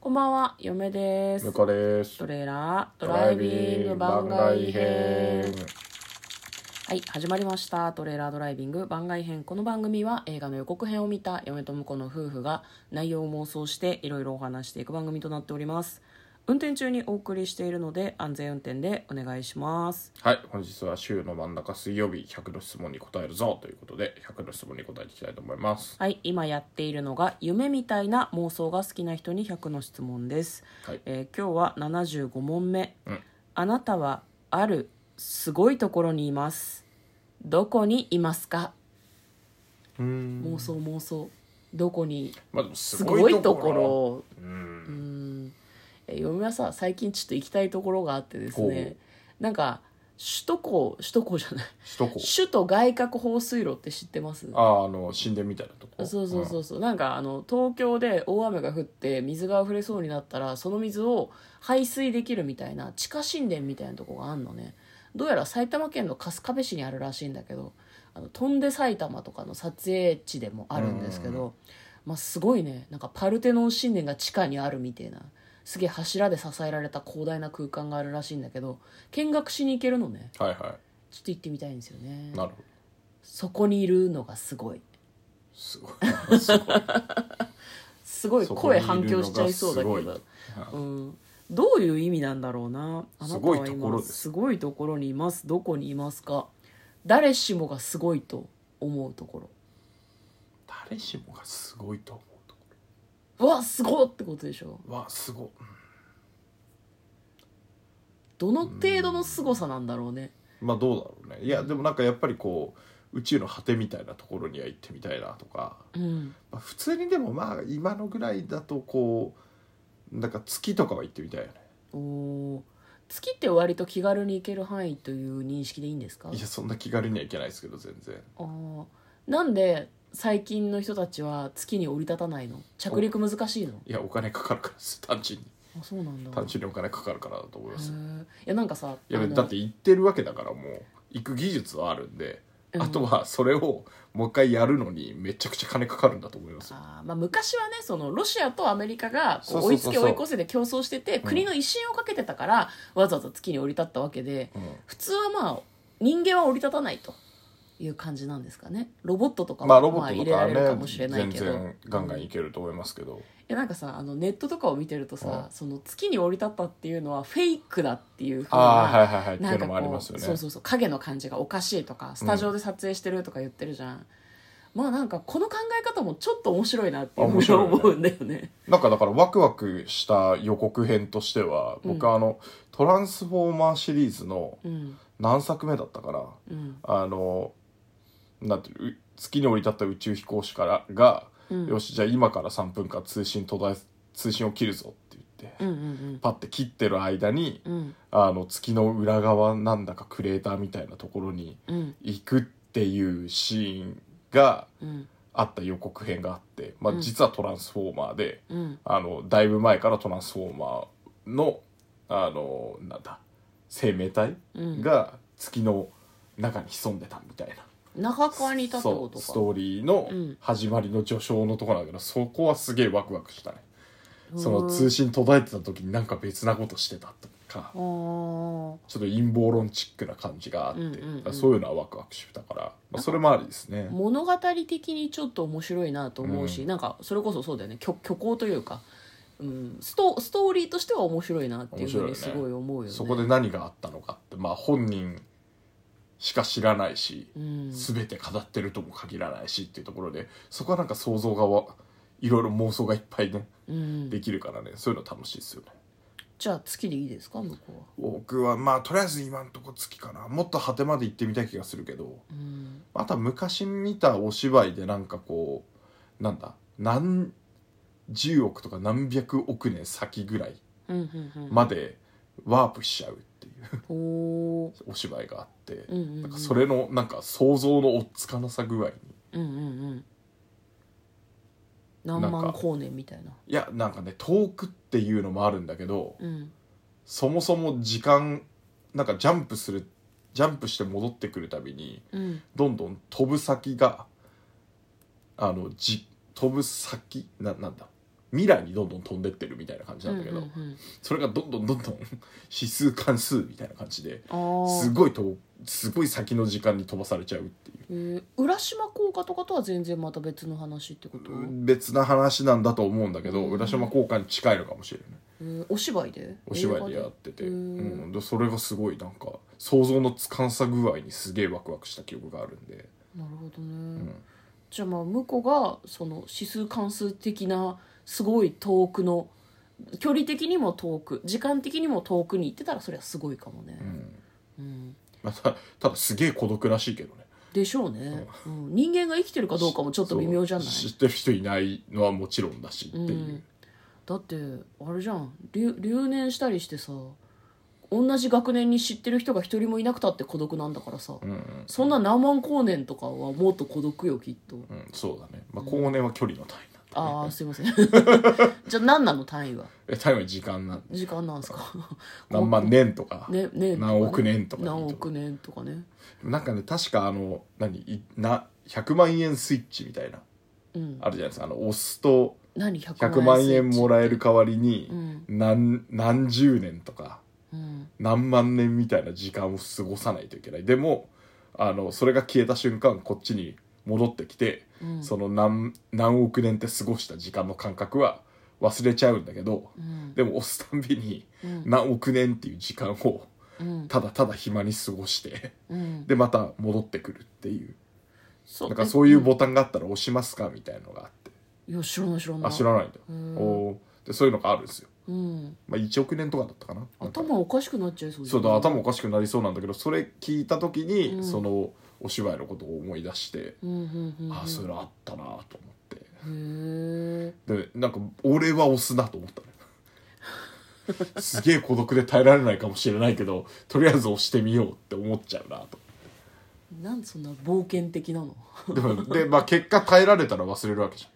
こんばんは、嫁ですム。カですトレーラードライビング番外編。はい、始まりました。トレーラードライビング番外編。この番組は映画の予告編を見た嫁と婿の夫婦が内容を妄想していろいろお話していく番組となっております。運転中にお送りしているので安全運転でお願いします。はい本日は週の真ん中水曜日100の質問に答えるぞということで100の質問に答えていきたいと思いますはい、今やっているのが夢みたいな妄想が好きな人に100の質問です。はいえー今日は75問目、うんあなたはあるすごいところにいますどこにいますかうん妄想妄想どこにまあでもすすごごいいととこころろうんうんえ嫁はさ最近ちょっと行きたいところがあってですねなんか首都高首都高じゃない首都首都外郭放水路って知ってます高あああの神殿みたいなとこそうそうそうそうなんかあの東京で大雨が降って水が溢れそうになったらその水を排水できるみたいな地下神殿みたいなとこがあんのねどうやら埼玉県の春日部市にあるらしいんだけど「あの飛んで埼玉」とかの撮影地でもあるんですけど、まあ、すごいねなんかパルテノン神殿が地下にあるみたいなすげえ柱で支えられた広大な空間があるらしいんだけど見学しに行けるのねうんはいはちょっと行ってみたいんですよねいなるほどそこにいるのがすごい すごいすごいすごいそこ声にいるのが反響しちゃいそうだけすごどい、うん、どういう意味なんだろうなあなたはすごいところ今ですすごいところにいますどこにいますか誰しもがすごいと思うところ誰しもがすごいと思うとこうわすごいってことでしょろわすごいどの程度の凄さなんだろうねまあどうだろうねいやでもなんかやっぱりこう宇宙の果てみたいなところには行ってみたいなとか、うんまあ、普通にでもまあ今のぐらいだとこうなんか月とかは行ってみたいよねおー月って割と気軽に行ける範囲という認識でいいんですかいやそんな気軽には行けないですけど全然あーなんで最近の人たちは月に降り立たないの着陸難しいのいやお金かかるからです単純にあそうなんだ単純にお金かかるからだと思いへますよーいやなんかさいやあのだって行ってるわけだからもう行く技術はあるんで、うんあとはそれをもう一回やるのにめちゃくちゃ金かかるんだと思いますよあーまあ、昔はねそのロシアとアメリカがこそううそう追いそつうけそう追い越せで競争しててん国の威信をかけてたから、わざわざ月に降り立ったわけでうん普通はまあ人間は降り立たないという感じなんですかねロボットとかまあはロボまあッ入トとれからはれね、るかもしれない全けど、然ガンガンい行けると思いますけど、やなんかさあのネットとかを見てるとさ、うんその月に降り立ったっていうのはフェイクだっていうふうああはいはいはいっていうのもありますよねそうそうそう影の感じがおかしいとかスタジオで撮影してるとか言ってるじゃん、まあなんかこの考え方もちょっと面白いなっていうふうにあ面白いね思うんだよねなんかだからワクワクした予告編としては僕はあの、トランスフォーマー」シリーズのうん何作目だったかなうんあのなんていうう月に降り立った宇宙飛行士からが、うんよしじゃあ今から3分間通信途絶え通信を切るぞって言って、うんうんパッて切ってる間にうんうんあの月の裏側なんだかクレーターみたいなところにうん行くっていうシーンがうんあった予告編があって、まあ、うん実は「トランスフォーマーで」うんあのだいぶ前から「トランスフォーマーの」あのなんだ生命体うんが月の中に潜んでたみたいな、中川にいたってこそとうかストーリーのうん始まりの序章のとこなんだけど、そこはすげえワクワクしたね、うんその通信途絶えてた時になんか別なことしてたとかあーちょっと陰謀論チックな感じがあって、うんうんうんだからそういうのはワクワクしてたから、まあ、それもありですね物語的にちょっと面白いなと思うし、うなんかそれこそそうだよね虚虚構というか、うん、ストストーリーとしては面白いなっていうふうに面す白いねごい思うよねそこで何があったのかってまあ本人しか知らないし、うん全て語ってるとも限らないしっていうところでそこはなんか想像がわいろいろ妄想がいっぱいねうん、できるからねそういうの楽しいですよねじゃあ月でいいですか向こうは、僕はまあとりあえず今んとこ月かなもっと果てまで行ってみたい気がするけどうん、また昔見たお芝居でなんかこうなんだ何十億とか何百億年先ぐらいうんうんうんまでワープしちゃうっていうおおお芝居があってうんうんうんなんかそれのなんか想像のおっつかなさ具合にうんうんうん何万光年みたいないやなんかね遠くっていうのもあるんだけどうんそもそも時間なんかジャンプするジャンプして戻ってくるたびにうんどんどん飛ぶ先があのじ飛ぶ先ななんだ未来にどんどん飛んでってるみたいな感じなんだけど、うんうんうんそれがどんどんどんどん 指数関数みたいな感じであーすごいとすごい先の時間に飛ばされちゃうっていうえー浦島効果とかとは全然また別の話ってこと、別な話なんだと思うんだけど、うん浦島効果に近いのかもしれないえーお芝居でお芝居で映や画ってて、映う画でん、でそれがすごいなんか想像のつかんさ具合にすげえワクワクした記憶があるんで、なるほどね、うん、じゃあまあ向こうがその指数関数的なすごい遠くの距離的にも遠く時間的にも遠くに行ってたらそれはすごいかもね、うんうんまあ、たただすげえ孤独らしいけどねでしょうね、うん、人間が生きてるかどうかもちょっと微妙じゃないそう知ってる人いないのはもちろんだしっていう、うんだってあれじゃん留留年したりしてさ同じ学年に知ってる人が一人もいなくたって孤独なんだからさ、うんうんそんな何万光年とかはもっと孤独よきっとうん、そうだね、まあ、後年は距離の単位なんだ、ねああすいません じゃあ何なの単位はえ単位は時間なん時間なんです か何万年とか、ねね何億年とか何億年とかねなんかね確かあの何いな100万円スイッチみたいなうんあるじゃないですかあの押すと何100 100万円万円もららえる代わりにうん何何十年とかうん何万年みたいな時間を過ごさないといけないでもあのそれが消えた瞬間こっちに戻ってきて、うんその何何億年って過ごした時間の感覚は忘れちゃうんだけど、うんでも押すたんびにうん何億年っていう時間をうんただただ暇に過ごしてうんでまた戻ってくるっていうそなんかそういうボタタンがあったら押しますかみたいなのがあってンいや知らない知らないあ知らないんだへーおーでそういうのがあるんですよ、うんまあ、1億年とかだったかななんか頭おかしくなっちゃいそうじゃそんうだ頭おかしくなりそうなんだけどそれ聞いた時に、うんそのお芝居のことを思い出して、うんうんうんうんああそういうのあったなと思ってへえでなんか俺は押すなと思 ったねすげえ孤独で耐えられないかもしれないけどとりあえず押してみようって思っちゃうななんでそんな冒険的なのとでもで、まあ、結果耐えられたら忘れるわけじ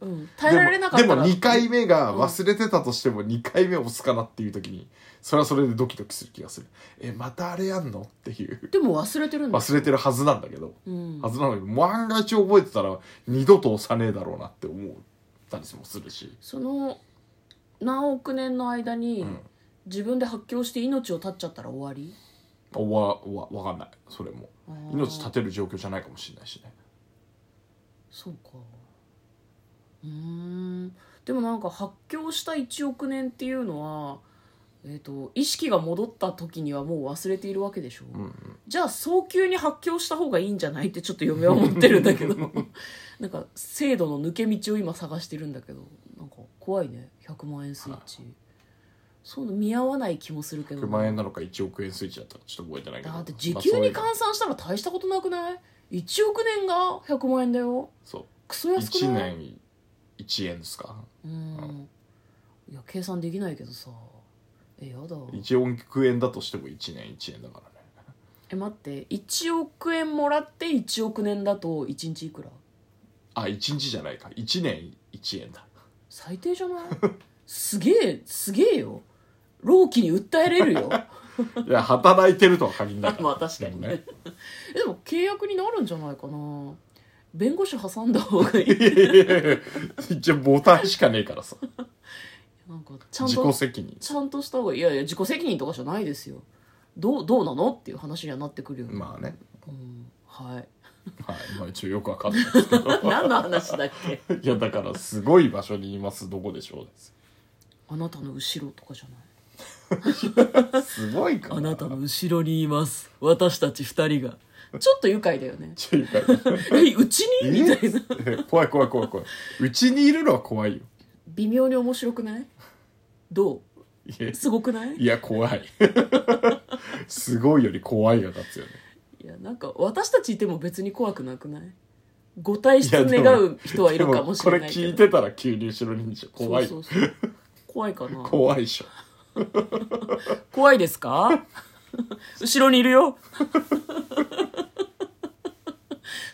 ゃんうん耐えられなかったでらもでも2回目が忘れてたとしても2回目押すかなっていう時にそれはそれでドキドキする気がするえまたあれやんのっていうでも忘れてるんだ忘れてるはずなんだけど、うんはずなんだけど万が一覚えてたら二度と押さねえだろうなって思ったりもするし、その何億年の間にうん自分で発狂して命を絶っちゃったら終わりわわわかんないそれもあー命絶てる状況じゃないかもしれないしねそうかうーんでもなんか発狂した1億年っていうのは、えー、と意識が戻った時にはもう忘れているわけでしょ、うんうんじゃあ早急に発狂した方がいいんじゃないってちょっと嫁は思ってるんだけ どなんか制度の抜け道を今探してるんだけどなんか怖いね100万円スイッチ、そういうの見合わない気もするけど100万円なのか1億円スイッチだったかちょっと覚えてないけどだって時給にまあ換算したら大したことなくない1億年が100万円だよそうクソいうの安くそうない1年1円ですかうんいや計算できないけどさえやだ1億円だとしても1年1円だからねえ待って1億円もらって1億年だと1日いくらあ1日じゃないか1年1円だ最低じゃないすげえすげえよ老期に訴えれるよいや働いてるとは限らないか らまあ確かにねえでも契約になるんじゃないかな弁護士挟んだ方がいい いやいやいやいや一応ボタンしかねえからさなんかちゃん自と己責任ちゃんとした方がいいいやいや自己責任とかじゃないですよどうどうなのっていう話にはなってくるよね、まあねうん、はい はいまあ一応よくわかんない ですけど何の話だっけいやだからすごい場所にいますどこでしょうですあなたの後ろとかじゃないすごいかあなたの後ろにいます私たち二人がちょっと愉快だよねちょいかい えうちにみたいなえ 怖い怖い怖い怖いうちにいるのは怖いよ微妙に面白くないどいやうすごくないいや怖い すごいより怖いが勝つよねいやなんか私たちいても別に怖くなくないご退出願う人はいるかもしれないでもこれ聞けいどてたら急に後ろにいるでしょ怖いそうそうそう怖いかな怖いでしょ怖いです か後ろにいるよ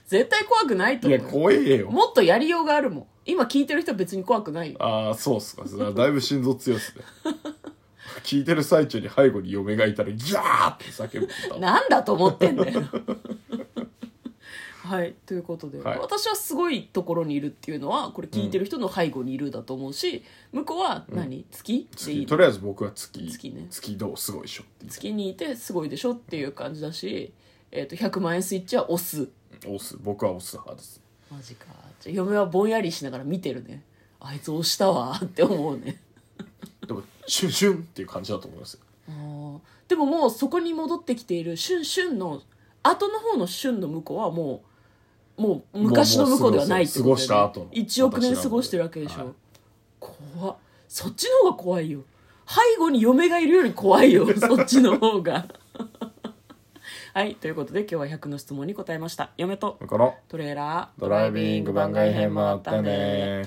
絶対怖くないとい思やうよ怖えよもっとやりようがあるもん今聞いてる人は別に怖くないよああそうっすかそれはだいぶ心臓強いっすね 聞いてる最中に背後に嫁がいたらギャーって叫ぶってた なんだと思ってんだよははいということで、はい私はすごいところにいるっていうのはこれ聞いてる人の背後にいるだと思うし、向こうは何、月でいい月のとりあえず僕は月月ね月どうすごいでしょって月にいてすごいでしょっていう感じだし、えー、と100万円スイッチは押す押す僕は押す派ですマジかじゃあ嫁はぼんやりしながら見てるねあいつ押したわって思うねでもシュンシュンっていう感じだと思いますよあーでももうそこに戻ってきているシュンシュンの後の方のシュンの向こうはもうもう昔の向こうではないってことだよねもうもう過ごした後の1億年過ごしてるわけでしょ、はい怖っそっちの方が怖いよ背後に嫁がいるより怖いよ そっちの方が はいということで今日は100の質問に答えました嫁とだからトレーラードライビング番外編もあったね